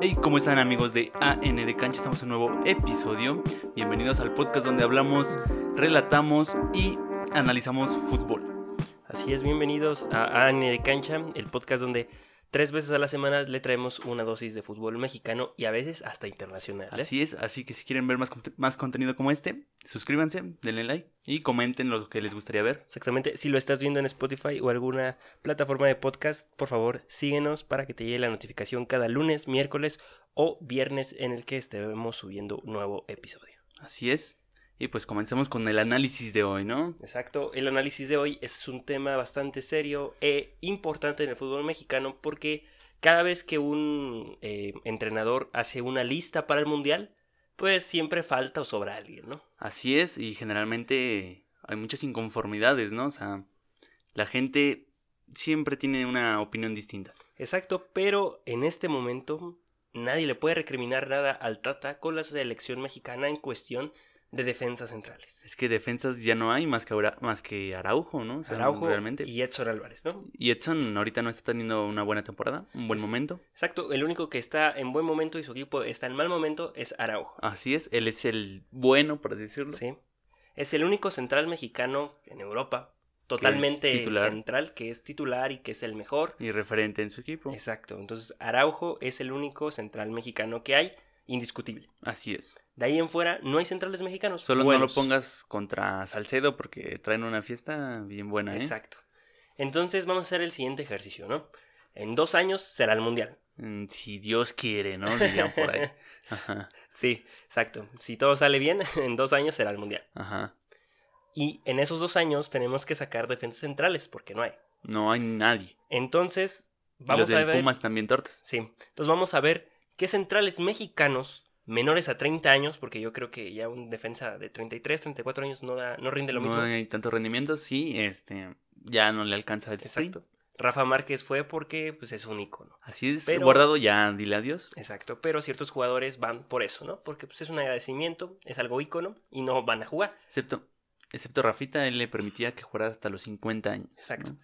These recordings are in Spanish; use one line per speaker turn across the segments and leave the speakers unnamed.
Hey, ¿cómo están amigos de AN de Cancha? Estamos en un nuevo episodio. Bienvenidos al podcast donde hablamos, relatamos y analizamos fútbol.
Así es, bienvenidos a AN de Cancha, el podcast donde tres veces a la semana le traemos una dosis de fútbol mexicano y a veces hasta internacional. ¿eh?
Así es, así que si quieren ver más, conte- más contenido como este, suscríbanse, denle like y comenten lo que les gustaría ver.
Exactamente, si lo estás viendo en Spotify o alguna plataforma de podcast, por favor síguenos para que te llegue la notificación cada lunes, miércoles o viernes en el que estemos subiendo un nuevo episodio.
Así es. Y pues comencemos con el análisis de hoy, ¿no?
Exacto, el análisis de hoy es un tema bastante serio e importante en el fútbol mexicano porque cada vez que un eh, entrenador hace una lista para el mundial, pues siempre falta o sobra alguien, ¿no?
Así es, y generalmente hay muchas inconformidades, ¿no? O sea, la gente siempre tiene una opinión distinta.
Exacto, pero en este momento nadie le puede recriminar nada al Tata con la selección mexicana en cuestión de defensas centrales.
Es que defensas ya no hay más que, Aura- más que Araujo, ¿no? O sea,
Araujo
realmente.
y Edson Álvarez, ¿no?
Y Edson ahorita no está teniendo una buena temporada, un buen
Es-
momento.
Exacto, el único que está en buen momento y su equipo está en mal momento es Araujo.
Así es, él es el bueno, por así decirlo.
Sí. Es el único central mexicano en Europa, totalmente
titular.
central, que es titular y que es el mejor.
Y referente en su equipo.
Exacto. Entonces, Araujo es el único central mexicano que hay, indiscutible.
Así es.
De ahí en fuera, no hay centrales mexicanos.
Solo no
buenos.
lo pongas contra Salcedo porque traen una fiesta bien buena, ¿eh?
Exacto. Entonces, vamos a hacer el siguiente ejercicio, ¿no? En dos años será el mundial.
Mm, Si Dios quiere, ¿no? Dirían por ahí. Ajá,
Sí, exacto. Si todo sale bien, en dos años será el mundial.
ajá.
Y en esos dos años tenemos que sacar defensas centrales, porque no hay.
No hay nadie.
Entonces,
Y
vamos
Los
a
del
ver.
Pumas también tortas.
Sí, entonces vamos a ver qué centrales mexicanos menores a 30 años, porque yo creo que ya un defensa de 33, 34 años no, da, no rinde lo mismo.
No hay tanto rendimiento, sí, este, ya no le alcanza el sprint.
Exacto. Rafa Márquez fue porque pues, es un ícono.
Así es,
Pero-
guardado ya, dile adiós.
Exacto, pero ciertos jugadores van por eso, ¿no? Porque pues, es un agradecimiento, es algo ícono y no van a jugar.
Excepto, excepto Rafita, él le permitía que jugara hasta los 50 años.
Exacto.
¿no?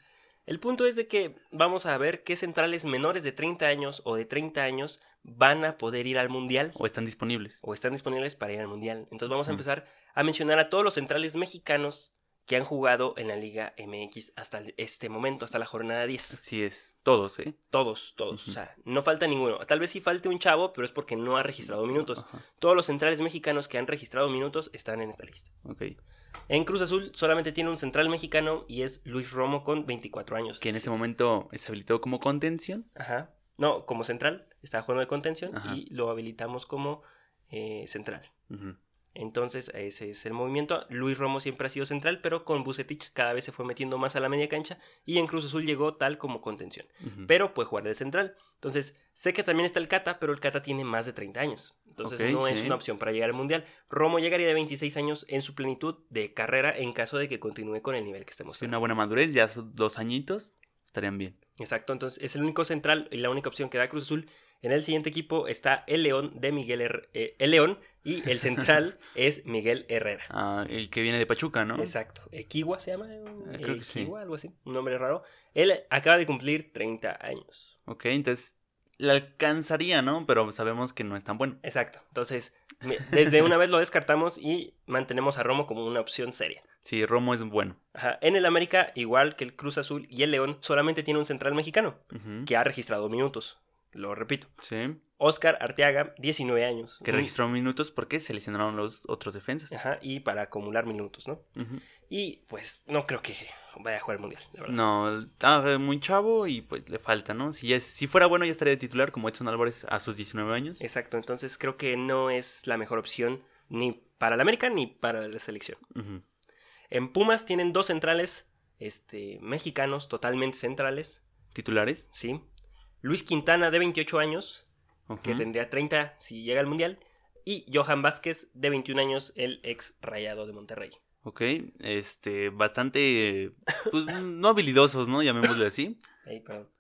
El punto es de que vamos a ver qué centrales menores de 30 años o de 30 años van a poder ir al Mundial.
O están disponibles.
o están disponibles para ir al mundial. Entonces vamos a
Ujú.
empezar a mencionar a todos los centrales mexicanos que han jugado en la Liga MX hasta el- este momento, hasta la jornada 10.
Así es, todos, ¿eh?
Todos, todos.
Ujú.
O sea, no falta ninguno. Tal vez sí falte un chavo, pero es porque no ha registrado minutos.
Ajá,
Todos los centrales mexicanos que han registrado minutos están en esta lista.
ok.
En Cruz Azul solamente tiene un central mexicano y es Luis Romo con 24 años.
Que en ese
Sí.
momento es habilitado como contención.
Ajá. No, como central, estaba jugando de contención
Ajá.
y lo habilitamos como eh, central.
Ujú,
Entonces, ese es el movimiento. Luis Romo siempre ha sido central, pero con Bucetich cada vez se fue metiendo más a la media cancha y en Cruz Azul llegó tal como contención.
ujú.
Pero puede jugar de central. Entonces, sé que también está el Cata, pero el Cata tiene más de 30 años. Entonces,
Ok,
no es
sí.
una opción para llegar al Mundial. Romo llegaría de 26 años en su plenitud de carrera en caso de que continúe con el nivel que estamos
Sí, una buena madurez, ya son dos añitos, estarían bien.
Exacto, entonces es el único central y la única opción que da Cruz Azul. En el siguiente equipo está el León de Miguel Her- eh, el León y el central es Miguel Herrera.
Ah, el que viene de Pachuca, ¿no?
Exacto. Equiwa se llama.
Eh, creo que sí.
Equiwa, algo así. Un nombre raro. Él acaba de cumplir 30 años.
Ok, entonces le alcanzaría, ¿no? Pero sabemos que no es tan bueno.
Exacto. Entonces, me- desde una vez lo descartamos y mantenemos a Romo como una opción seria.
Sí, Romo es bueno.
Ajá. En el América, igual que el Cruz Azul y el León, solamente tiene un central mexicano
Ujú,
que ha registrado minutos. Lo repito.
Sí,
Oscar Arteaga, 19 años.
que
Un-
registró minutos porque se lesionaron los otros defensas.
Ajá, y para acumular minutos, ¿no?
Ujú.
Y pues no creo que vaya a jugar el mundial, la verdad.
No, el- ah, muy chavo y pues le falta, ¿no? Si, ya es- si fuera bueno ya estaría de titular como Edson Álvarez a sus 19 años.
Exacto, entonces creo que no es la mejor opción ni para la América ni para la selección.
Ujú.
En Pumas tienen dos centrales este, mexicanos, totalmente centrales,
¿Titulares?
¿sí? Luis Quintana, de 28 años, que
Ujú.
tendría 30 si llega al Mundial, y Johan Vázquez, de 21 años, el ex rayado de Monterrey.
Ok, este, bastante, pues no habilidosos, ¿no? Llamémosle así.
Ey, perdón.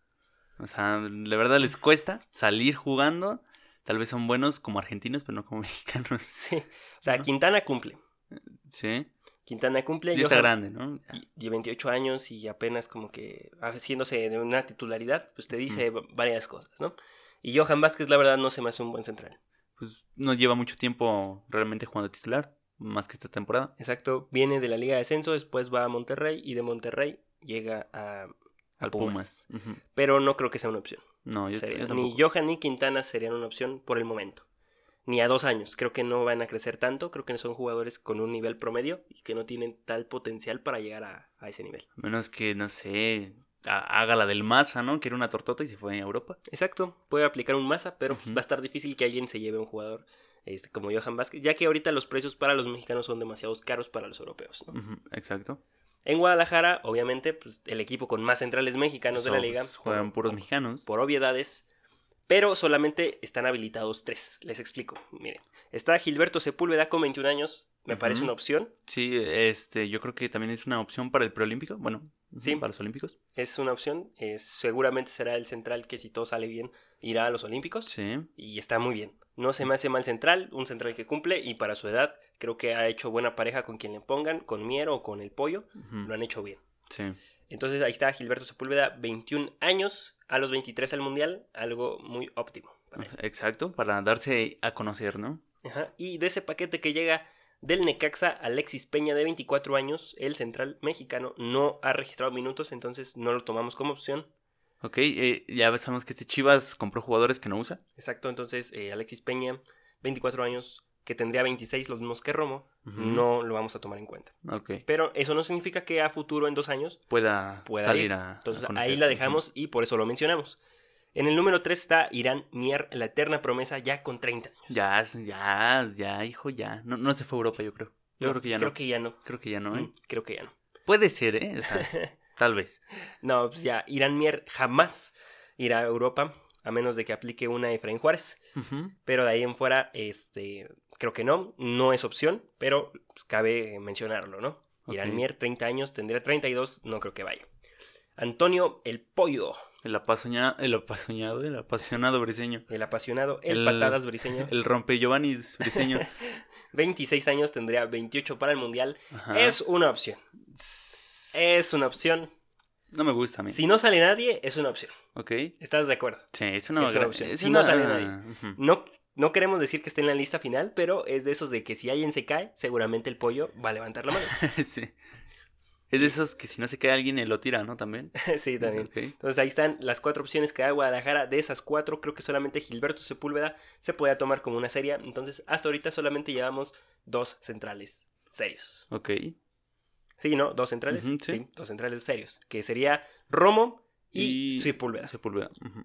O sea, la verdad les cuesta salir jugando. Tal vez son buenos como argentinos, pero no como mexicanos.
Sí, o sea, Quintana cumple.
Sí.
Quintana cumple.
Ya está
Johan-
grande, ¿no?
y- Y 28 años y apenas como que haciéndose de una titularidad, pues te dice va- varias cosas, ¿no? Y Johan Vázquez, la verdad, no se me hace un buen central.
Pues no lleva mucho tiempo realmente jugando titular, más que esta temporada.
Exacto, viene de la Liga de Ascenso, después va a Monterrey y de Monterrey llega a,
Al Pumas.
Pumas.
Ujú.
Pero no creo que sea una opción.
No, yo,
Sería-
yo
ni
tampoco.
Johan ni Quintana serían una opción por el momento. Ni a dos años. Creo que no van a crecer tanto. Creo que son jugadores con un nivel promedio y que no tienen tal potencial para llegar a, a ese nivel.
A menos que, no sé, ha- haga la del Maza, ¿no? Que era una tortota y se fue a Europa.
Exacto, puede aplicar un masa, pero pues,
Ujú.
va a estar difícil que alguien se lleve a un jugador este, como Johan Vázquez, ya que ahorita los precios para los mexicanos son demasiados caros para los europeos. ¿no?
Ujú, Exacto.
En Guadalajara, obviamente, pues, el equipo con más centrales mexicanos de la
Pues,
liga.
Juegan
por-
puros mexicanos.
por obviedades, pero solamente están habilitados tres. Les explico. Miren, está Gilberto Sepúlveda con 21 años, me
Ujú.
parece una opción.
Sí, este, yo creo que también es una opción para el preolímpico. Bueno,
Sí.
sí. para los olímpicos.
Es una opción. eh, seguramente será el central que, si todo sale bien, irá a los Olímpicos.
Sí.
Y está muy bien. No se me hace mal central, un central que cumple y para su edad creo que ha hecho buena pareja con quien le pongan, con Miero o con el Pollo,
Ujú,
lo han hecho bien.
Sí.
Entonces ahí está Gilberto Sepúlveda, 21 años, a los 23 al Mundial, algo muy óptimo. para él.
Exacto, para darse a conocer, ¿no?
Ajá, Y de ese paquete que llega del Necaxa, Alexis Peña, de 24 años, el central mexicano, no ha registrado minutos, entonces no lo tomamos como opción.
Ok, eh, ya sabemos que este Chivas compró jugadores que no usa.
Exacto, entonces eh, Alexis Peña, 24 años, que tendría 26, los mismos que Romo,
Ujú.
no lo vamos a tomar en cuenta.
Ok.
Pero eso no significa que a futuro, en dos años,
Pueda,
Pueda
salir
ir.
a.
entonces
a conocer.
ahí la
Ujú.
dejamos y por eso lo mencionamos. En el número 3 está Irán Mier, la eterna promesa, ya con 30 años.
Ya, ya, ya, hijo, ya. No, no se fue a Europa, yo creo. Yo creo que ya
creo
no.
que ya no.
Creo que ya no, ¿eh?
Mm, Creo que ya no.
Puede ser, ¿eh? O sea, tal vez.
No, pues ya, Irán Mier jamás irá a Europa, a menos de que aplique una Efraín Juárez.
Ujú.
Pero de ahí en fuera, este, creo que no, no es opción, pero pues, cabe mencionarlo, ¿no? Irán
Ok.
Mier, 30 años, tendría 32, no creo que vaya. Antonio El Pollo,
El, apasoña- el apasoñado, el apasionado briseño.
el apasionado, el,
El-
patadas briseño,
El rompe Giovanni briseño.
26 años, tendría 28 para el mundial.
Ajá.
Es una opción, es una opción.
No me gusta a mí.
Si no sale nadie, es una opción.
Ok.
¿Estás de acuerdo?
Sí, es una
Es una
gran-
opción.
es
Si no
una-
sale nadie.
Ujú.
No, no queremos decir que esté en la lista final, pero es de esos de que si alguien se cae, seguramente el pollo va a levantar la mano.
Sí. Es de esos que si no se cae alguien, él lo tira, ¿no? También.
sí, también.
Ok.
Entonces ahí están las cuatro opciones que da Guadalajara. De esas cuatro, creo que solamente Gilberto Sepúlveda se podía tomar como una seria. Entonces, hasta ahorita solamente llevamos dos centrales serios.
Ok.
Sí, ¿no? Dos centrales.
Ujú,
sí.
sí.
dos centrales serios. Que sería Romo y,
Y-
Sepúlveda.
Sepúlveda. Ujú.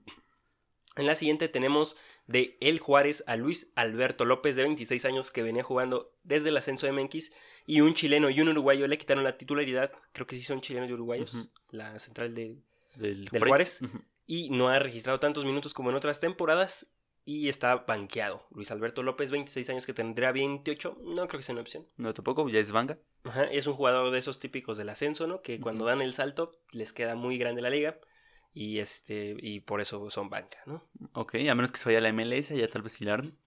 En la siguiente tenemos de El Juárez a Luis Alberto López, de 26 años, que venía jugando desde el ascenso de MX. Y un chileno y un uruguayo le quitaron la titularidad. Creo que sí son chilenos y uruguayos.
Ujú.
La central de.
Del,
Juárez?
Ujú.
Y no ha registrado tantos minutos como en otras temporadas. Y está banqueado. Luis Alberto López, 26 años, que tendrá 28. No creo que sea una opción.
No, tampoco, ya es Vanga.
Ajá, Es un jugador de esos típicos del ascenso, ¿no? Que cuando
Ujú.
dan el salto les queda muy grande la liga. Y, este, y por eso son banca, ¿no?
Ok, a menos que se vaya a la MLS, ya tal vez Hilarn.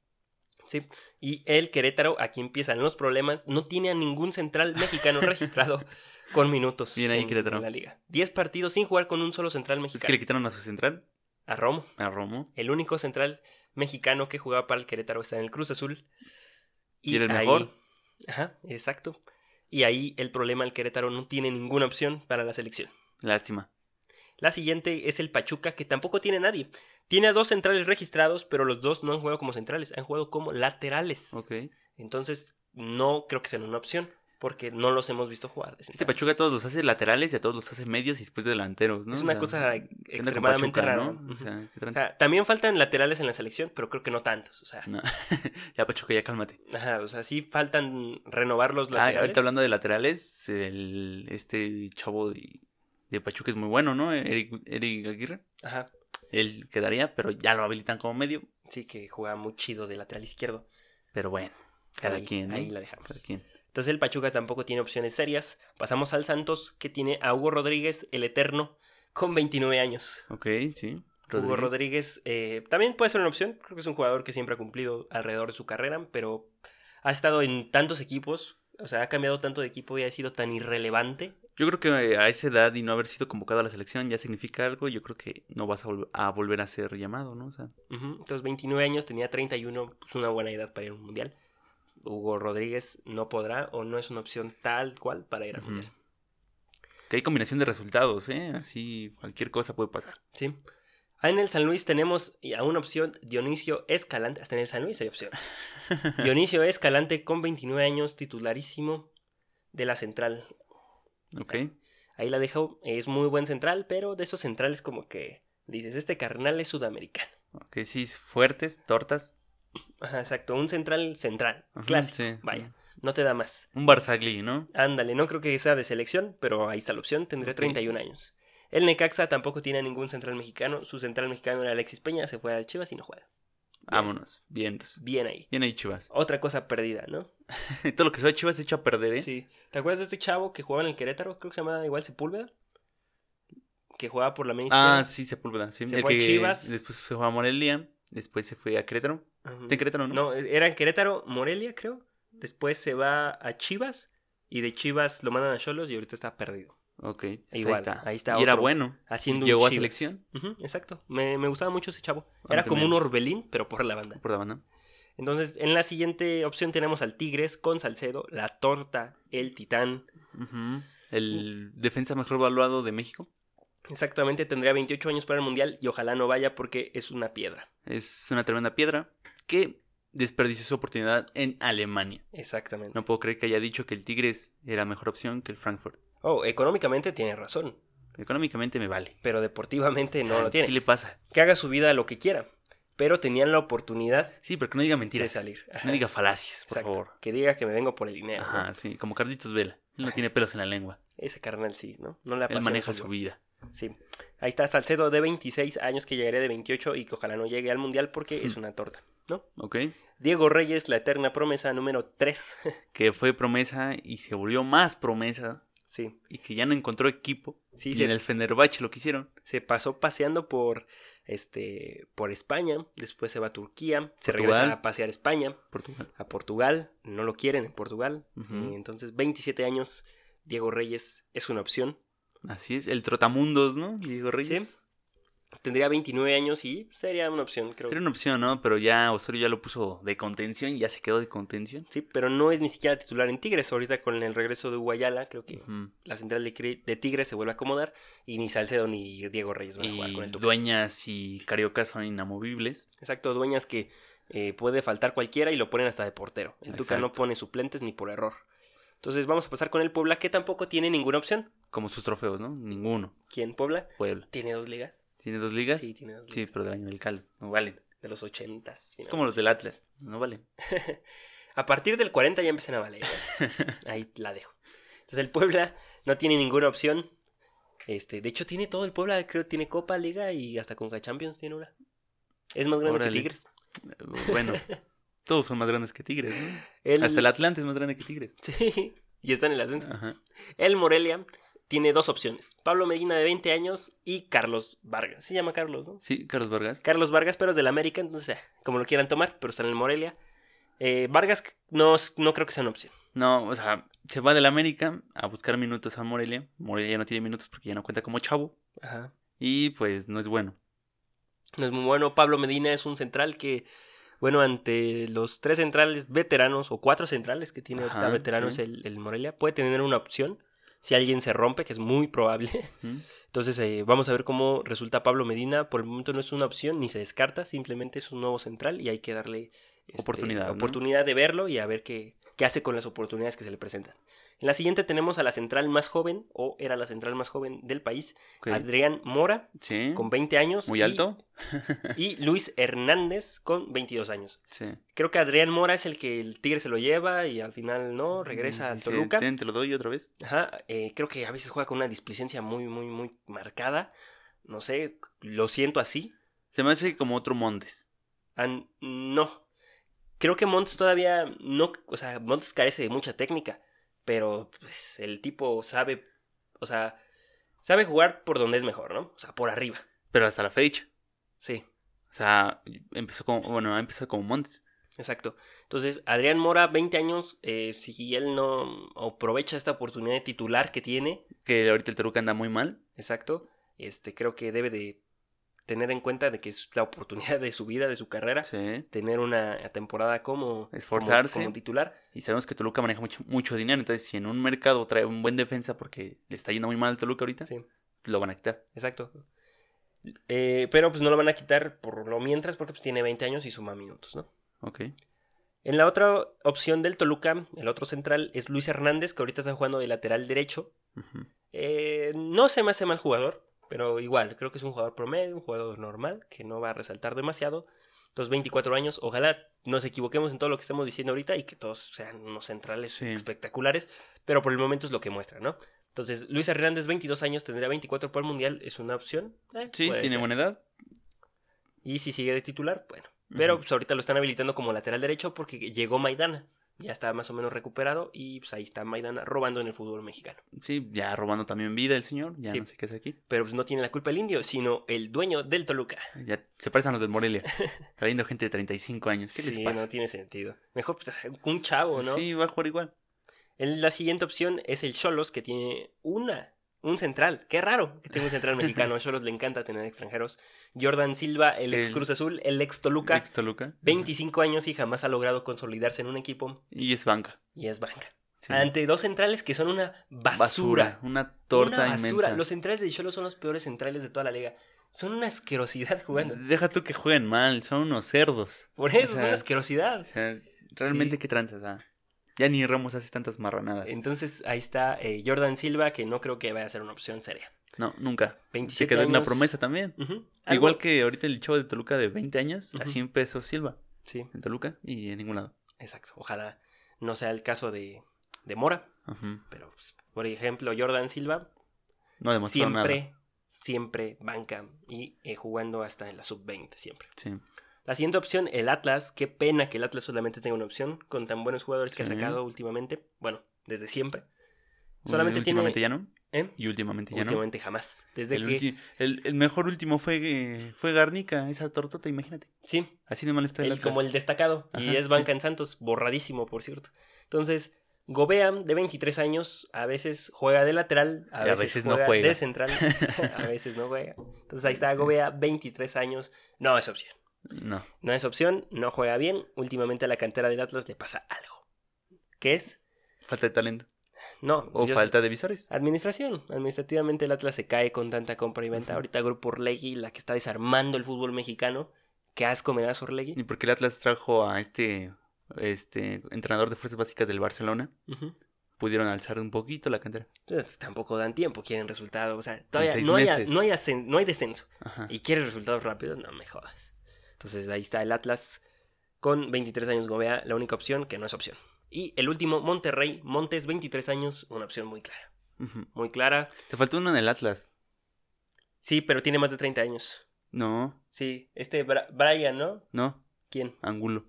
Sí, y el Querétaro, aquí empiezan los problemas, no tiene a ningún central mexicano registrado con minutos
Bien ahí,
en,
Querétaro.
en la liga. 10 partidos sin jugar con un solo central
Es que
mexicano.
le quitaron a su central,
A Romo,
a Romo.
el único central mexicano que jugaba para el Querétaro está en el Cruz Azul.
¿Y era el mejor?
Ajá, exacto. Y ahí el problema, el Querétaro no tiene ninguna opción para la selección.
Lástima.
La siguiente es el Pachuca, que tampoco tiene nadie. Tiene a dos centrales registrados, pero los dos no han jugado como centrales, han jugado como laterales.
Ok. Este
Entonces, no creo que sea una opción, porque no los hemos visto jugar. de
Este
central.
Pachuca a todos los hace laterales y a todos los hace medios y después delanteros, ¿no?
es
O
una
sea,
cosa
¿qué onda con
extremadamente
Pachuca,
rara.
¿no?
¿no?
O sea, ¿qué
O
trans-
sea, también faltan laterales en la selección, pero creo que no tantos. O sea,
No. ya Pachuca, ya cálmate.
ajá, o sea, sí faltan renovar los
Ah,
laterales.
ahorita hablando de laterales, pues, el, este chavo de, de Pachuca es muy bueno, ¿no? Eric, Eric Aguirre.
Ajá,
Él quedaría, pero ya lo habilitan como medio.
sí que jugaba muy chido de lateral izquierdo.
Pero bueno, cada
Ahí-
quien, ¿no?
Ahí la dejamos.
cada quien.
Entonces el Pachuca tampoco tiene opciones serias. Pasamos al Santos, que tiene a Hugo Rodríguez, el eterno, con 29 años.
Ok, sí.
Hugo Rodríguez eh, también puede ser una opción. Creo que es un jugador que siempre ha cumplido alrededor de su carrera, pero ha estado en tantos equipos, o sea, ha cambiado tanto de equipo y ha sido tan irrelevante
Yo creo que eh, a esa edad y no haber sido convocado a la selección ya significa algo. Yo creo que no vas a, vol- a volver a ser llamado, ¿no? O sea,
Ujú, Entonces, 29 años, tenía 31, pues una buena edad para ir a un mundial. Hugo Rodríguez no podrá o no es una opción tal cual para ir al
Ujú.
mundial.
que hay combinación de resultados, ¿eh? Así cualquier cosa puede pasar.
Sí. Ah, en el San Luis tenemos a una opción, Dionisio Escalante. Hasta en el San Luis hay opción. Dionisio Escalante con 29 años, titularísimo de la central.
¿Ok?
Ahí la dejo. Es muy buen central, pero de esos centrales como que dices, este carnal es sudamericano.
Ok, sí, fuertes, tortas.
Ajá, exacto. Un central central.
Ajá,
clásico.
sí.
Vaya. No te da más.
Un Barzagli, ¿no?
Ándale, no creo que sea de selección, pero ahí está la opción, tendría
Ok.
31 años. El Necaxa tampoco tiene ningún central mexicano, su central mexicano era Alexis Peña, se fue a Chivas y no juega.
Vámonos, vientos.
Bien ahí.
Bien ahí, Chivas.
Otra cosa perdida, ¿no?
Todo lo que se ve Chivas se echa a perder, ¿eh?
Sí. ¿Te acuerdas de este chavo que jugaba en el Querétaro? Creo que se llamaba igual Sepúlveda. Que jugaba por la media
Ah,
izquierda.
sí, Sepúlveda. Sí.
Se
El
fue a
que
Chivas.
Después se fue a Morelia. Después se fue a Querétaro.
Ujú.
¿Está en Querétaro, no?
No, eh, era en Querétaro, Morelia, creo. Después se va a Chivas y de Chivas lo mandan a Cholos y ahorita está perdido.
Ok, pues
Igual,
ahí está.
ahí está
Y era
otro.
bueno.
Haciendo un
Llegó a
Chivas.
selección Ah,
Ujú, exacto. Me, me gustaba mucho ese chavo.
mí
Era como
también.
un Orbelín, pero por la banda.
por la banda.
Entonces, en la siguiente opción tenemos al Tigres con Salcedo, la Torta, el Titán.
Ujú. El defensa mejor valuado de México.
Exactamente, tendría 28 años para el Mundial y ojalá no vaya porque es una piedra.
Es una tremenda piedra que desperdició su oportunidad en Alemania.
Exactamente.
No puedo creer que haya dicho que el Tigres era mejor opción que el Frankfurt.
Oh, económicamente tiene razón,
Económicamente me vale.
pero deportivamente no lo
¿Qué
tiene.
le pasa?
Que haga su vida lo que quiera, pero tenían la oportunidad
Sí, pero que no diga
de
mentiras.
salir. Ajá,
No diga falacias, por
exacto.
favor.
Que diga que me vengo por el dinero. ¿no?
Ajá, sí, como Carlitos Vela. Él no tiene pelos en la lengua.
Ese carnal sí, ¿no? No le
Él
apasiona
maneja
el
su
fútbol.
vida.
Sí. Ahí está Salcedo de 26 años que llegaría de 28 y que ojalá no llegue al Mundial porque es una torta, ¿no?
¿Ok?
Diego Reyes, la eterna promesa número 3.
Que fue promesa y se volvió más promesa
sí.
y que ya no encontró equipo.
Sí,
y
sí.
en el Fenerbahce lo quisieron.
Se pasó paseando por este por España, después se va a Turquía, se
Portugal.
regresa a pasear a España,
Portugal.
a Portugal, no lo quieren en Portugal.
Ujú.
Eh, Entonces, 27 años, Diego Reyes es una opción.
Así es, el Trotamundos, ¿no? Diego Reyes.
Tendría 29 años y sería una opción, creo.
Era una opción, ¿no? Pero ya Osorio ya lo puso de contención y ya se quedó de contención.
Sí, pero no es ni siquiera titular en Tigres. Ahorita con el regreso de Guayala, creo que
Ujú.
la central de, Cri- de Tigres se vuelve a acomodar y ni Salcedo ni Diego Reyes van a jugar
Y
con el Tuca.
dueñas y cariocas son inamovibles.
Exacto, dueñas que eh, puede faltar cualquiera y lo ponen hasta de portero. El Tuca no
Exacto.
pone suplentes ni por error. Entonces vamos a pasar con el Puebla, que tampoco tiene ninguna opción.
Como sus trofeos, ¿no? Ninguno.
¿Quién? ¿Puebla?
Puebla.
¿Tiene dos ligas?
¿Tiene dos ligas?
Sí, tiene dos
Sí,
ligas.
pero del año del caldo. No valen.
De los ochentas.
Es como los del Atlas. No valen.
A partir del 40 ya empiezan a valer. ¿eh? Ahí la dejo. Entonces el Puebla no tiene ninguna opción. Este, de hecho tiene todo el Puebla, creo tiene Copa, Liga y hasta Conca Champions tiene una. Es más grande
Órale.
que Tigres.
Bueno, todos son más grandes que Tigres, ¿no?
El-
Hasta el Atlante es más grande que Tigres.
Sí, y está en el ascenso.
Ajá.
El Morelia tiene dos opciones. Pablo Medina de 20 años y Carlos Vargas. Se llama Carlos, ¿no?
Sí, Carlos Vargas.
Carlos Vargas, pero es del América, entonces, ah, como lo quieran tomar, pero está en el Morelia. Eh, Vargas no, es- no creo que sea una opción.
No, o sea, se va del América a buscar minutos a Morelia. Morelia ya no tiene minutos porque ya no cuenta como chavo.
Ajá.
Y pues no es bueno.
No es muy bueno. Pablo Medina es un central que, bueno, ante los tres centrales veteranos o cuatro centrales que tiene ahorita
Ajá,
veteranos
sí.
el, el Morelia, puede tener una opción si alguien se rompe, que es muy probable.
¿Mm?
Entonces, eh, vamos a ver cómo resulta Pablo Medina. Por el momento no es una opción ni se descarta, simplemente es un nuevo central y hay que darle este,
Oportunidad, ¿no?
oportunidad de verlo y a ver qué, qué hace con las oportunidades que se le presentan. En la siguiente tenemos a la central más joven, o era la central más joven del país,
Ok.
Adrián Mora,
Sí.
con 20 años.
Muy
y-
alto.
y Luis Hernández con 22 años.
Sí.
Creo que Adrián Mora es el que el Tigre se lo lleva y al final
Mm,
no, regresa al
Dice,
Toluca.
"Ten, te lo doy otra vez.
Ajá, eh, creo que a veces juega con una displicencia muy, muy, muy marcada. No sé, lo siento así.
Se me hace como otro Montes.
An- no, creo que Montes todavía no, o sea, Montes carece de mucha técnica, pero pues, el tipo sabe, o sea, sabe jugar por donde es mejor, ¿no? O sea, por arriba.
Pero hasta la fecha.
Sí,
O sea, empezó como, bueno, empezó como Montes.
Exacto. Entonces, Adrián Mora, 20 años, eh, si él no aprovecha esta oportunidad de titular que tiene,
Que ahorita el Toluca anda muy mal.
exacto, este, creo que debe de tener en cuenta de que es la oportunidad de su vida, de su carrera,
Sí.
tener una temporada como,
Esforzarse.
como, como titular.
Y sabemos que Toluca maneja mucho, mucho dinero. Entonces, si en un mercado trae un buen defensa porque le está yendo muy mal al Toluca ahorita,
Sí.
lo van a quitar.
Exacto. Eh, pero pues no lo van a quitar por lo mientras porque pues tiene 20 años y suma minutos, ¿no?
Ok.
En la otra opción del Toluca, el otro central, es Luis Hernández, que ahorita está jugando de lateral derecho.
Ujú.
Eh, no se me hace mal jugador, pero igual, creo que es un jugador promedio, un jugador normal, que no va a resaltar demasiado. Entonces, 24 años, ojalá nos equivoquemos en todo lo que estamos diciendo ahorita y que todos sean unos centrales
Sí.
espectaculares, pero por el momento es lo que muestra, ¿no? Entonces, Luis Hernández, 22 años, tendrá 24 para el Mundial, es una opción. Eh,
Sí,
puede
tiene
ser.
buena edad.
Y si sigue de titular, bueno. Pero
Ujú.
pues, ahorita lo están habilitando como lateral derecho porque llegó Maidana. Ya está más o menos recuperado y pues ahí está Maidana robando en el fútbol mexicano.
Sí, ya robando también vida el señor. Ya
Sí.
no sé qué es aquí.
Pero pues no tiene la culpa el indio, sino el dueño del Toluca.
Ya se parecen a los de Morelia. Trayendo gente de 35 años. ¿Qué
Sí,
les pasa?
no tiene sentido. Mejor pues, un chavo, ¿no?
Sí, va a jugar igual.
En la siguiente opción es el Cholos que tiene una, un central. Qué raro que tenga un central mexicano. A Cholos le encanta tener extranjeros. Jordan Silva, el, ex
El-
Cruz Azul, el ex Toluca.
Ex Toluca.
25 años y jamás ha logrado consolidarse en un equipo
Y es banca.
y es banca.
Sí.
Ante dos centrales que son una basura.
basura. Una torta
Una basura.
inmensa.
Los centrales de Cholos son los peores centrales de toda la liga. Son una asquerosidad jugando.
Deja tú que jueguen mal. Son unos cerdos.
Por eso,
Mm. O sea,
son una asquerosidad.
O sea, realmente
Sí.
qué tranzas. ah? Ya ni Ramos hace tantas marranadas.
Entonces ahí está eh, Jordan Silva, que no creo que vaya a ser una opción seria.
No, nunca.
27
Se quedó en una
años.
promesa también.
Ujú. Algo-
Igual que ahorita el chavo de Toluca de 20 años, a
Ujú.
100 pesos Silva
Sí,
en Toluca y en ningún lado.
exacto. Ojalá no sea el caso de, de Mora.
Ujú.
Pero, pues, por ejemplo, Jordan Silva
No demostró
siempre,
nada.
siempre banca y eh, jugando hasta en la sub-20 siempre.
Sí.
La siguiente opción, el Atlas. Qué pena que el Atlas solamente tenga una opción con tan buenos jugadores que ha
Sí.
sacado últimamente. Bueno, desde siempre.
Y
Solamente
últimamente
tiene-
ya no.
¿eh?
Y últimamente ya
Últimamente jamás.
no.
Desde
El,
que.
ulti- el- el mejor último fue, eh, fue Garnica, esa tortota, imagínate.
Sí,
Así de mal está el,
el-
Atlas.
como el destacado. y
Ajá,
es banca en Santos. Borradísimo, por cierto. Entonces, Gobea, de 23 años, a veces juega de lateral, a
Y
veces, no juega. de central, a veces no juega. Entonces ahí está
Sí.
Gobea, 23 años. No es opción.
No.
No es opción, no juega bien. Últimamente a la cantera del Atlas le pasa algo. ¿Qué es?
Falta de talento.
No.
O
yo-
falta de visores.
Administración. Administrativamente el Atlas se cae con tanta compra y venta.
Ujú.
Ahorita Grupo Orlegui, la que está desarmando el fútbol mexicano. Qué asco me das Orlegui.
Y porque el Atlas trajo a este, este entrenador de fuerzas básicas del Barcelona.
Ujú.
Pudieron alzar un poquito la cantera.
Entonces, pues, tampoco dan tiempo, quieren resultados. O sea, todavía
seis
no hay,
meses.
no, hay ascen- no hay descenso.
Ajá.
Y quieres resultados rápidos, no me jodas. Entonces ahí está el Atlas con 23 años Gobea, la única opción que no es opción. Y el último, Monterrey, Montes, 23 años, una opción muy clara.
Ujú.
Muy clara.
Te faltó uno en el Atlas.
Sí, pero tiene más de 30 años.
No,
Sí, este Bra- Brian, ¿no?
no,
¿Quién?
Angulo.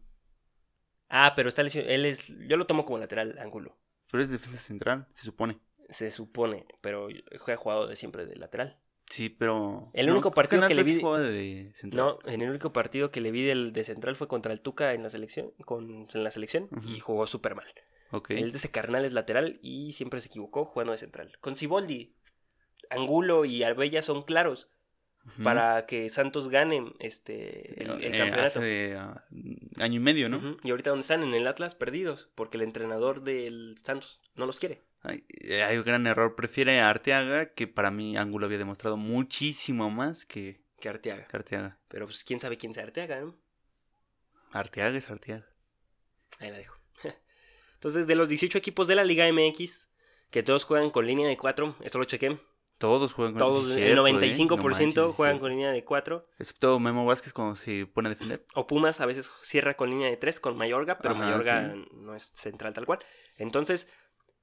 Ah, pero está lesionado. Él es. Yo lo tomo como lateral, ángulo.
Pero es defensa central, se supone.
Se supone, pero ha jugado de siempre de lateral.
Sí, pero.
El
no,
único
creo
partido
en
que le
Atlas
vi-
jugaba de central.
No, en el único partido que le vi del, de central fue contra el Tuca en la selección, con, en la selección
Ujú.
y jugó súper mal.
No. Ok.
El de ese carnal es lateral y siempre se equivocó jugando de central. Con Ciboldi, Angulo y Arbella son claros
Ujú.
para que Santos gane este, el, el
Eh,
campeonato.
hace, ah, año y medio, ¿no?
Ujú, Y ahorita donde están en el Atlas perdidos, porque el entrenador del Santos no los quiere.
Ay, eh, Hay un gran error. Prefiere a Arteaga, que para mí Angulo había demostrado muchísimo más que
Que Arteaga.
que Arteaga.
Pero pues quién sabe quién sea Arteaga, ¿no?
Arteaga es Arteaga.
Ahí la dejo. Entonces, de los 18 equipos de la Liga MX, que todos juegan con línea de 4, esto lo chequé,
Todos juegan con
todos,
sí,
el
cierto, ¿eh? No
95%
manches, sí,
juegan
cierto.
con línea de 4,
Excepto Memo Vázquez cuando se pone a defender.
o Pumas a veces cierra con línea de 3 con Mayorga, pero
Ajá,
Mayorga no es central tal cual. Entonces,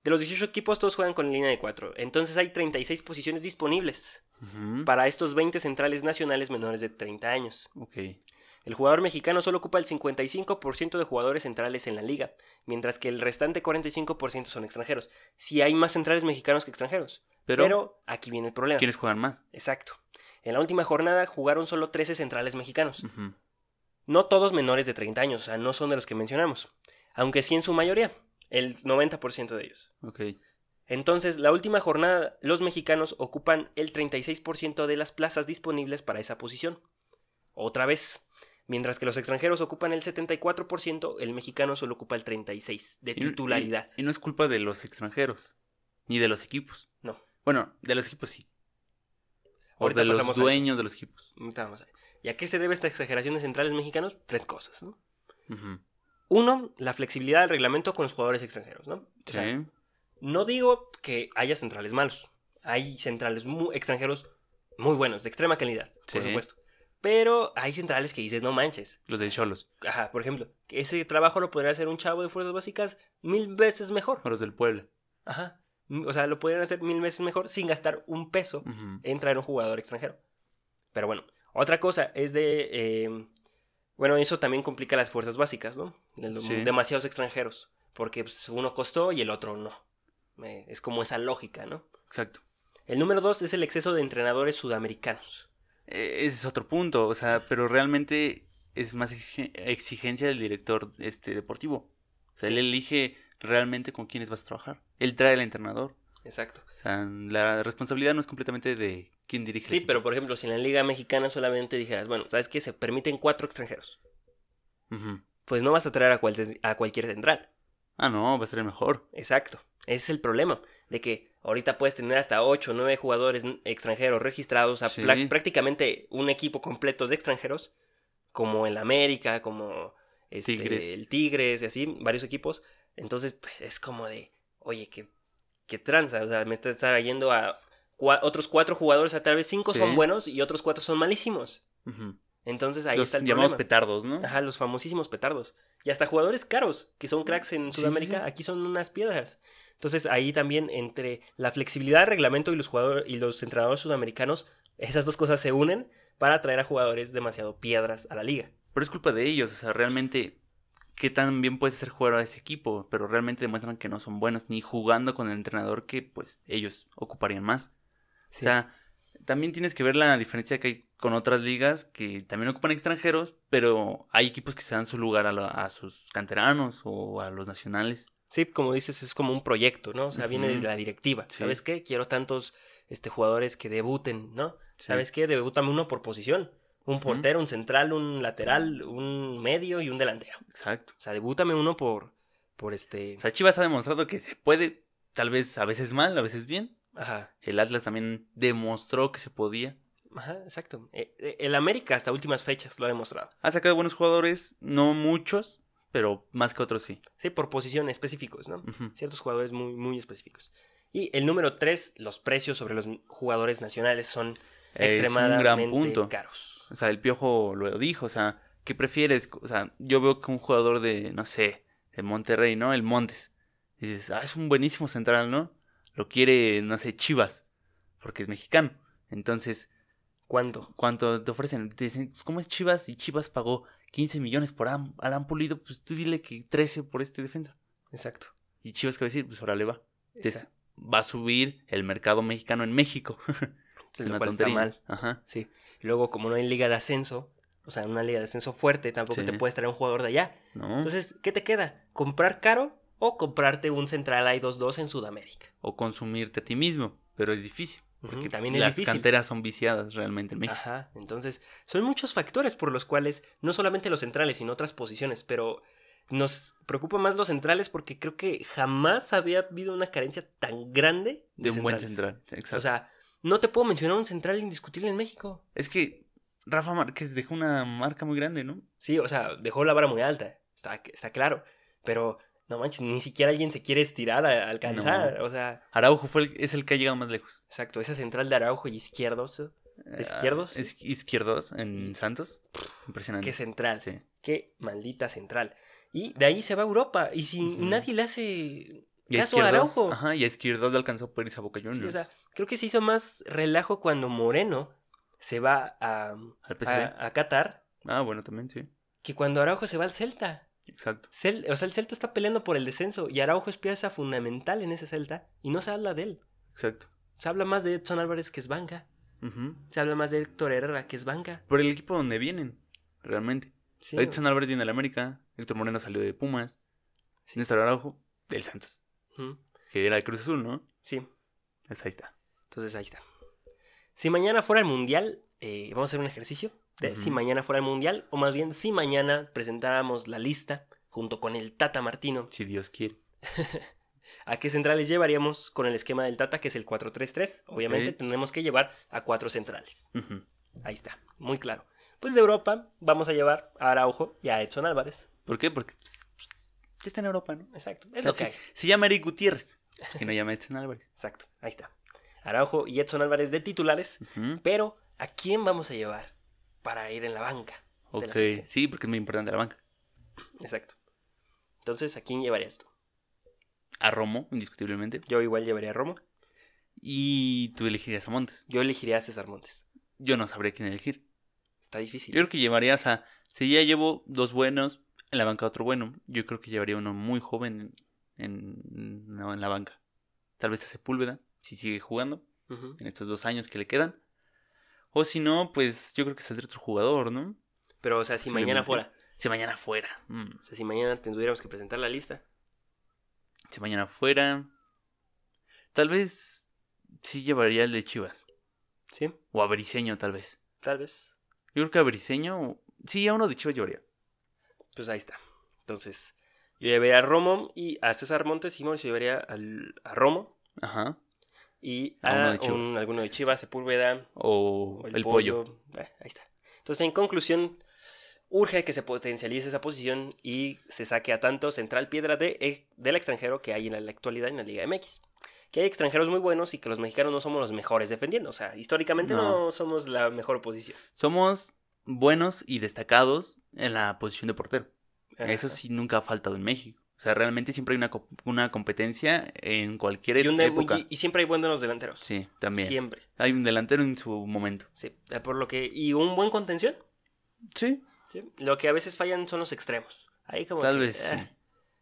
de los 18 equipos, todos juegan con línea de 4. Entonces, hay 36 posiciones disponibles
Ujú.
para estos 20 centrales nacionales menores de 30 años.
Ok.
El jugador mexicano solo ocupa el 55% de jugadores centrales en la liga, mientras que el restante 45% son extranjeros. Si hay más centrales mexicanos que extranjeros.
Pero,
Pero, aquí viene el problema.
¿quiénes juegan más? Mm.
Exacto. En la última jornada jugaron solo 13 centrales mexicanos.
Ujú.
No todos menores de 30 años, o sea, no son de los que mencionamos. Aunque sí en su mayoría, el 90% de ellos.
Ok.
Entonces, la última jornada, los mexicanos ocupan el 36% de las plazas disponibles para esa posición. Otra vez. Mientras que los extranjeros ocupan el 74%, el mexicano solo ocupa el 36% de
Y- y-
titularidad.
Y, no es culpa de los extranjeros, ni de los equipos.
No.
Bueno, de los equipos sí. O
Ahorita
de los
pasamos a eso.
dueños de los equipos.
Ahorita vamos a ver. ¿Y a qué se debe esta exageración de centrales mexicanos? Tres cosas, ¿no?
Ujú.
Uno, la flexibilidad del reglamento con los jugadores extranjeros, ¿no? O
Sí.
sea, no digo que haya centrales malos. Hay centrales mu- extranjeros muy buenos, de extrema calidad, por
Sí.
supuesto. Pero hay centrales que dices, no manches.
los de Cholos,
Ajá, por ejemplo, que ese trabajo lo podría hacer un chavo de fuerzas básicas mil veces mejor.
o los del Puebla.
Ajá. O sea, lo podrían hacer mil veces mejor sin gastar un peso
Ujú.
en traer un jugador extranjero. Pero bueno, otra cosa es de... eh, bueno, eso también complica las fuerzas básicas, ¿no? De lo-
Sí.
Demasiados extranjeros, porque pues, uno costó y el otro no. Eh, es como esa lógica, ¿no?
Exacto.
El número dos es el exceso de entrenadores sudamericanos.
E- ese es otro punto, o sea, pero realmente es más exige- exigencia del director este, deportivo. O sea,
Sí.
él elige realmente con quiénes vas a trabajar. Él trae al entrenador.
Exacto.
O sea, la responsabilidad no es completamente de quién dirige. el
Sí,
equipo.
pero por ejemplo, si en la Liga Mexicana solamente dijeras, bueno, ¿sabes qué? Se permiten cuatro extranjeros.
Ujú.
Pues no vas a traer a, cual- a cualquier central.
Ah, no, va a ser el mejor.
Exacto. Ese es el problema. De que ahorita puedes tener hasta 8 o 9 jugadores n- extranjeros registrados, a
Sí.
pla- prácticamente un equipo completo de extranjeros, como el América, como este,
Tigres.
el Tigres y así, varios equipos. Entonces, pues, es como de, oye, qué, qué tranza. O sea, me está trayendo a cua- otros 4 jugadores, a tal vez 5
Sí.
son buenos y otros 4 son malísimos.
Ujú.
Entonces ahí
Los
está el
llamados
problema.
petardos, ¿no?
Ajá, los famosísimos petardos. Y hasta jugadores caros, que son cracks en
Sí, sí,
Sudamérica,
sí.
aquí son unas piedras. Entonces ahí también entre la flexibilidad del reglamento y los, jugadores, y los entrenadores sudamericanos, esas dos cosas se unen para atraer a jugadores demasiado piedras a la liga.
Pero es culpa de ellos, o sea, realmente, ¿qué tan bien puedes ser jugar a ese equipo? Pero realmente demuestran que no son buenos, ni jugando con el entrenador que, pues, ellos ocuparían más. O sea, también tienes que ver la diferencia que hay con otras ligas que también ocupan extranjeros, pero hay equipos que se dan su lugar a, la- a sus canteranos o a los nacionales.
Sí, como dices, es como un proyecto, ¿no? O sea, viene
Ujú.
desde la directiva.
Sí.
¿Sabes qué? Quiero tantos este, jugadores que debuten, ¿no? ¿Sabes qué? Debútame uno por posición. Un
Ujú.
portero, un central, un lateral, un medio y un delantero.
Exacto.
O sea, debútame uno por, por este...
O sea, Chivas ha demostrado que se puede, tal vez a veces mal, a veces bien.
Ajá.
El Atlas también demostró que se podía.
Ajá, exacto. Eh, eh, El América hasta últimas fechas lo ha demostrado.
Ha sacado buenos jugadores, no muchos, pero más que otros sí.
Sí, por posiciones específicos, ¿no?
Ujú.
Ciertos jugadores muy, muy específicos. Y el número tres, los precios sobre los jugadores nacionales son
Es un
extremadamente
gran punto.
caros.
O sea, el piojo lo dijo, o sea, ¿qué prefieres? O sea, yo veo que un jugador de, no sé, de Monterrey, ¿no? El Montes. Dices, ah, es un buenísimo central, ¿no? Lo quiere, no sé, Chivas, porque es mexicano. Entonces,
¿Cuánto?
¿cuánto te ofrecen? Te dicen, pues, ¿cómo es Chivas? Y Chivas pagó 15 millones por Alan Alan Pulido, pues tú dile que 13 por este defensa.
Exacto.
Y Chivas, ¿qué va a decir? Pues ahora le va. Entonces,
Esa-
va a subir el mercado mexicano en México.
lo cual está mal.
Ajá.
Sí. Luego, como no hay liga de ascenso, o sea, una liga de ascenso fuerte, tampoco
Sí.
te puedes traer un jugador de allá.
¿No?
Entonces, ¿qué te queda? ¿Comprar caro o comprarte un central I2-2 en Sudamérica?
o consumirte a ti mismo, pero es difícil.
Ujú,
Porque
también es
las
difícil.
canteras son viciadas realmente en México.
Ajá, entonces son muchos factores por los cuales no solamente los centrales, sino otras posiciones, pero nos preocupa más los centrales porque creo que jamás había habido una carencia tan grande
de un buen
centrales.
central. sí, Exacto.
O sea, no te puedo mencionar un central indiscutible en México.
es que Rafa Márquez dejó una marca muy grande, ¿no?
Sí, o sea, dejó la vara muy alta, está, está claro, pero no manches, ni siquiera alguien se quiere estirar a, a alcanzar, o sea,
Araujo fue el- es el que ha llegado más lejos.
exacto, esa central de Araujo y Izquierdos, ¿Izquierdos?
Ah, es- izquierdos en Santos. Impresionante.
qué central,
Sí.
qué maldita central. Y de ahí se va a Europa y si
Ah. Ujú.
nadie le hace
Y a
Caso
izquierdos,
Araujo.
Ajá, y a izquierdos le alcanzó por irse a Boca Juniors.
Sí, o sea, creo que se hizo más relajo cuando Moreno se va a, mm,
al PSV.
a, a Qatar
Ah, bueno, también sí.
que cuando Araujo se va al Celta.
Exacto.
Cel- o sea, el Celta está peleando por el descenso y Araujo es pieza fundamental en ese Celta y no se habla de él.
Exacto.
Se habla más de Edson Álvarez que es banca.
Ujú.
Se habla más de Héctor Herrera que es banca.
Por el equipo donde vienen, realmente.
Sí,
Edson Álvarez viene del América. Héctor Moreno salió de Pumas. Néstor Araujo del Santos.
Ujú.
Que era de Cruz Azul, ¿no?
Sí,
Pues ahí está.
entonces ahí está. Si mañana fuera el mundial, eh, vamos a hacer un ejercicio de
Ujú.
si mañana fuera el mundial, o más bien si mañana presentáramos la lista junto con el Tata Martino.
Si Dios quiere.
¿A qué centrales llevaríamos con el esquema del Tata, que es el 4-3-3? Obviamente
Ok.
tendremos que llevar a cuatro centrales.
Ujú.
Ahí está, muy claro. Pues de Europa vamos a llevar a Araujo y a Edson Álvarez.
¿Por qué? Porque pues, pues, ya está en Europa, ¿no?
Exacto,
O
es
sea,
lo que hay.
si- se llama Eric Gutiérrez. pues Que no llama Edson Álvarez.
Exacto, ahí está. Araujo y Edson Álvarez de titulares.
Ujú.
Pero, ¿a quién vamos a llevar para ir en la banca? de la
Ok.
selección?
Sí, porque es muy importante la banca.
Exacto. Entonces, ¿a quién llevarías tú?
A Romo, indiscutiblemente.
Yo igual llevaría a Romo.
Y tú elegirías a Montes.
Yo elegiría a César Montes.
Yo no sabría quién elegir.
Está difícil.
Yo creo que llevaría, o sea, si ya llevo dos buenos, en la banca otro bueno. Yo creo que llevaría uno muy joven en, en- no, en la banca. Tal vez a Sepúlveda, si sigue jugando
Ujú.
en estos dos años que le quedan. O si no, pues yo creo que saldría otro jugador, ¿no?
Pero, o sea, si mañana
Posiblemente.
fuera.
Si mañana fuera. mm,
O sea, si mañana tuviéramos que presentar la lista.
Si mañana fuera. Tal vez sí llevaría el de Chivas.
Sí,
O a Briseño, tal vez.
tal vez.
Yo creo que a Briseño. Sí, a uno de Chivas llevaría.
Pues ahí está. Entonces, yo llevaría a Romo y a César Montes y Mauricio llevaría al- a Romo
Ajá.
y
A uno
a,
de Chivas.
un- alguno de Chivas, Sepúlveda,
O,
o
el, pollo.
Eh, ahí está. Entonces, en conclusión, urge que se potencialice esa posición y se saque a tanto central piedra de, eh, del extranjero que hay en la actualidad en la Liga MX. Que hay extranjeros muy buenos y que los mexicanos no somos los mejores defendiendo. O sea, históricamente no,
No.
somos la mejor posición.
Somos buenos y destacados en la posición de portero. Eso
Ajá.
sí nunca ha faltado en México. O sea, realmente siempre hay una, co- una competencia en cualquier
Y, un de-
época.
y- y siempre hay buenos delanteros.
Sí, también.
Siempre.
Hay un delantero en su momento.
Sí. Eh, Por lo que. Y un buen contención.
Sí.
¿sí? Lo que a veces fallan son los extremos. Ahí como
Tal
que,
vez sí.
eh,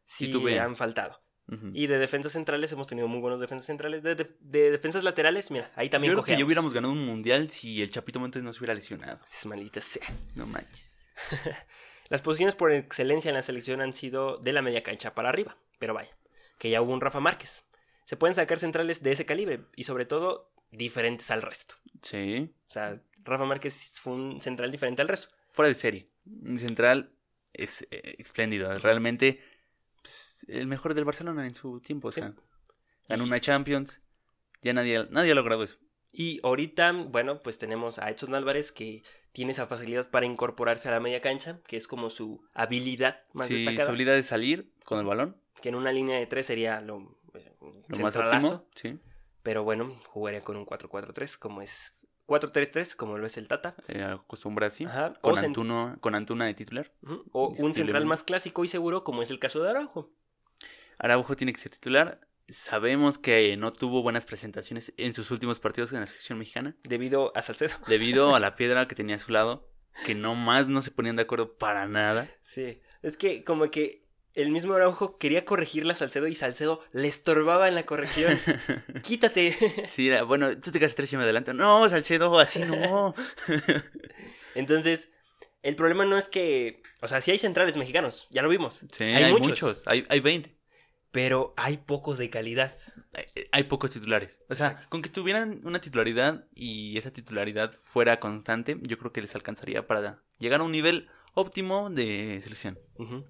sí,
Titubean.
han faltado.
Ujú.
Y de defensas centrales hemos tenido muy buenos defensas centrales. De, de- de defensas laterales, mira, ahí
Yo
también
creo que ya
cojeamos.
hubiéramos ganado un mundial si el Chapito Montes no se hubiera lesionado.
Es maldita sea.
No manches.
Las posiciones por excelencia en la selección han sido de la media cancha para arriba, pero vaya, que ya hubo un Rafa Márquez. Se pueden sacar centrales de ese calibre y sobre todo diferentes al resto.
Sí.
O sea, Rafa Márquez fue un central diferente al resto.
Fuera de serie. Un Central es eh, espléndido. Realmente pues, el mejor del Barcelona en su tiempo. O
Sí.
sea, ganó una Champions. Ya nadie, nadie ha logrado eso.
Y ahorita, bueno, pues tenemos a Edson Álvarez que tiene esa facilidad para incorporarse a la media cancha, que es como su habilidad más
sí, su
destacada.
habilidad de salir con el balón.
Que en una línea de tres sería lo, eh,
Lo más
centralazo.
óptimo. Sí.
Pero bueno, jugaría con un 4-4-3, como es 4-3-3, como lo es el Tata.
Se eh, acostumbra así.
Ajá, o
Con,
cen-
Antuno, con Antuna de titular.
Ujú, O un central más clásico y seguro, como es el caso de Araujo.
Araujo tiene que ser titular. Sabemos que no tuvo buenas presentaciones en sus últimos partidos en la selección mexicana.
Debido a Salcedo.
debido a la piedra que tenía a su lado, que no más no se ponían de acuerdo para nada.
Sí. Es que como que el mismo Araujo quería corregirla a Salcedo y Salcedo le estorbaba en la corrección. Quítate.
Sí, era, bueno, tú te quedas tres y me adelanto. No, Salcedo, así no.
Entonces, el problema no es que... O sea, sí hay centrales mexicanos, ya lo vimos.
Sí,
Hay
hay,
muchos.
muchos, hay, hay 20.
Pero hay pocos de calidad.
Hay, eh, hay pocos titulares. O sea,
Exacto.
con que tuvieran una titularidad y esa titularidad fuera constante, yo creo que les alcanzaría para llegar a un nivel óptimo de selección.
Ujú.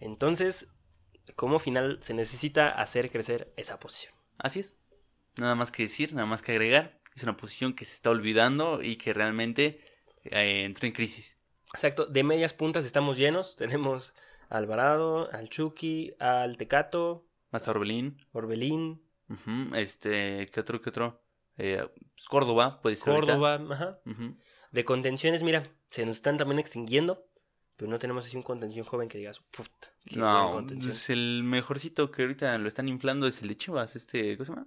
Entonces, como final, se necesita hacer crecer esa posición.
Así es. Nada más que decir, nada más que agregar. Es una posición que se está olvidando y que realmente eh, entró en crisis.
Exacto, de medias puntas estamos llenos. Tenemos a Alvarado, al Chucky, al Tecato,
Hasta Orbelín,
Orbelín,
Ujú, Este, ¿qué otro, qué otro? Eh, pues, Córdoba, puede ser. ahorita.
Córdoba, ajá.
Ujú.
De contenciones, mira, se nos están también extinguiendo, pero no tenemos así un contención joven que digas, puta, qué buen
No,
contención".
pues, el mejorcito que ahorita lo están inflando es el de Chivas, este, ¿cómo se llama?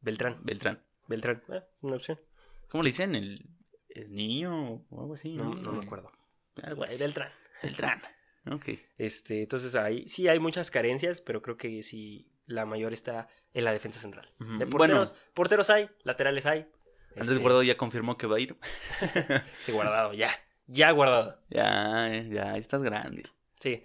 Beltrán,
Beltrán.
Beltrán, eh, una opción.
¿Cómo le dicen? ¿El, el niño o algo así?
No, no me acuerdo.
Algo así.
Beltrán.
Beltrán. Ok.
Este, entonces ahí sí hay muchas carencias, pero creo que sí la mayor está en la defensa central.
Ujú.
De
Bueno.
porteros, porteros hay, laterales hay.
Andrés
este,
Guardado ya confirmó que va a ir.
Sí, guardado, ya. ya guardada.
Ya, eh, ya, estás grande.
Sí.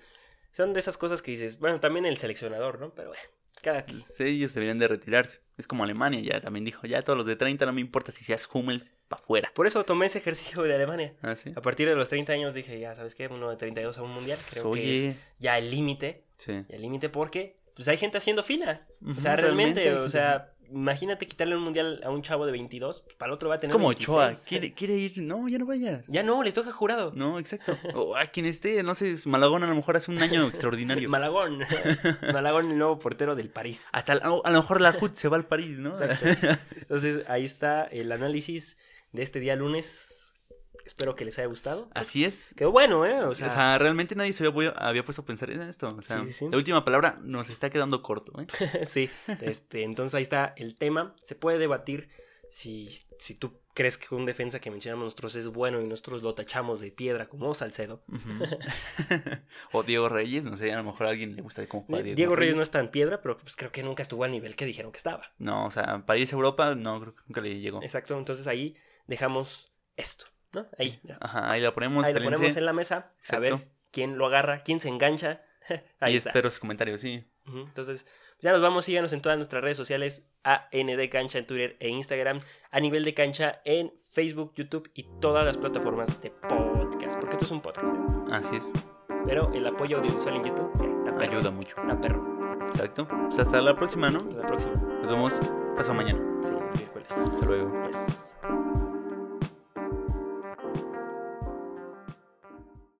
Son de esas cosas que dices, bueno, también el seleccionador, ¿no? Pero bueno, cada quien.
Entonces, Pues, ellos deberían de retirarse. Es como Alemania, ya también dijo, ya todos los de 30 no me importa si seas Hummels para afuera.
Por eso tomé ese ejercicio de Alemania.
Ah, sí.
A partir de los 30 años dije, ya, ¿sabes qué? Uno de 32 a un mundial. Creo que
Pues, Oye.
es ya el límite.
Sí.
Ya el límite porque pues hay gente haciendo fila. O sea,
Ujú,
realmente, o
hay gente-
sea, imagínate quitarle un mundial a un chavo de 22. pues, para el otro va a
Es
tener
como
26.
Ochoa, quiere, quiere ir, no, ya no vayas.
Ya no, le toca jurado.
No, exacto. O a quien esté, no sé, Malagón a lo mejor hace un año extraordinario.
Malagón. Malagón, el nuevo portero del París.
Hasta la- a lo mejor la HUD se va al París, ¿no?
Exacto. Entonces, ahí está el análisis de este día lunes. Espero que les haya gustado.
Así es.
Qué bueno, ¿eh?
O sea, realmente nadie se había, había puesto a pensar en esto. O sea,
Sí, sí, sí.
la última palabra nos está quedando corto, ¿eh?
Sí, este, entonces ahí está el tema. Se puede debatir si, si tú crees que un defensa que mencionamos nosotros es bueno y nosotros lo tachamos de piedra como Salcedo.
Ujú. o Diego Reyes, no sé, a lo mejor a alguien le gusta cómo juega
Diego, Reyes no es tan piedra, pero pues creo que nunca estuvo al nivel que dijeron que estaba.
No, o sea, para irse a Europa, no, creo que nunca le llegó.
Exacto, entonces ahí dejamos esto, ¿no? Ahí, ya.
Ajá, ahí la ponemos,
ahí lo
espérense,
ponemos en la mesa, a
Exacto.
ver quién lo agarra, quién se engancha. ahí
y
está.
espero sus comentarios, sí.
Ujú, Entonces, pues, ya nos vamos, síganos en todas nuestras redes sociales, AND Cancha en Twitter e Instagram, a nivel de cancha en Facebook, YouTube y todas las plataformas de podcast, porque esto es un podcast, ¿eh?
Así es,
pero el apoyo audiovisual en YouTube eh, está perro,
ayuda mucho.
está perro.
Exacto. Pues hasta la próxima, ¿no?
Hasta la próxima,
Nos vemos pasado mañana.
sí, el miércoles.
Hasta luego.
Yes.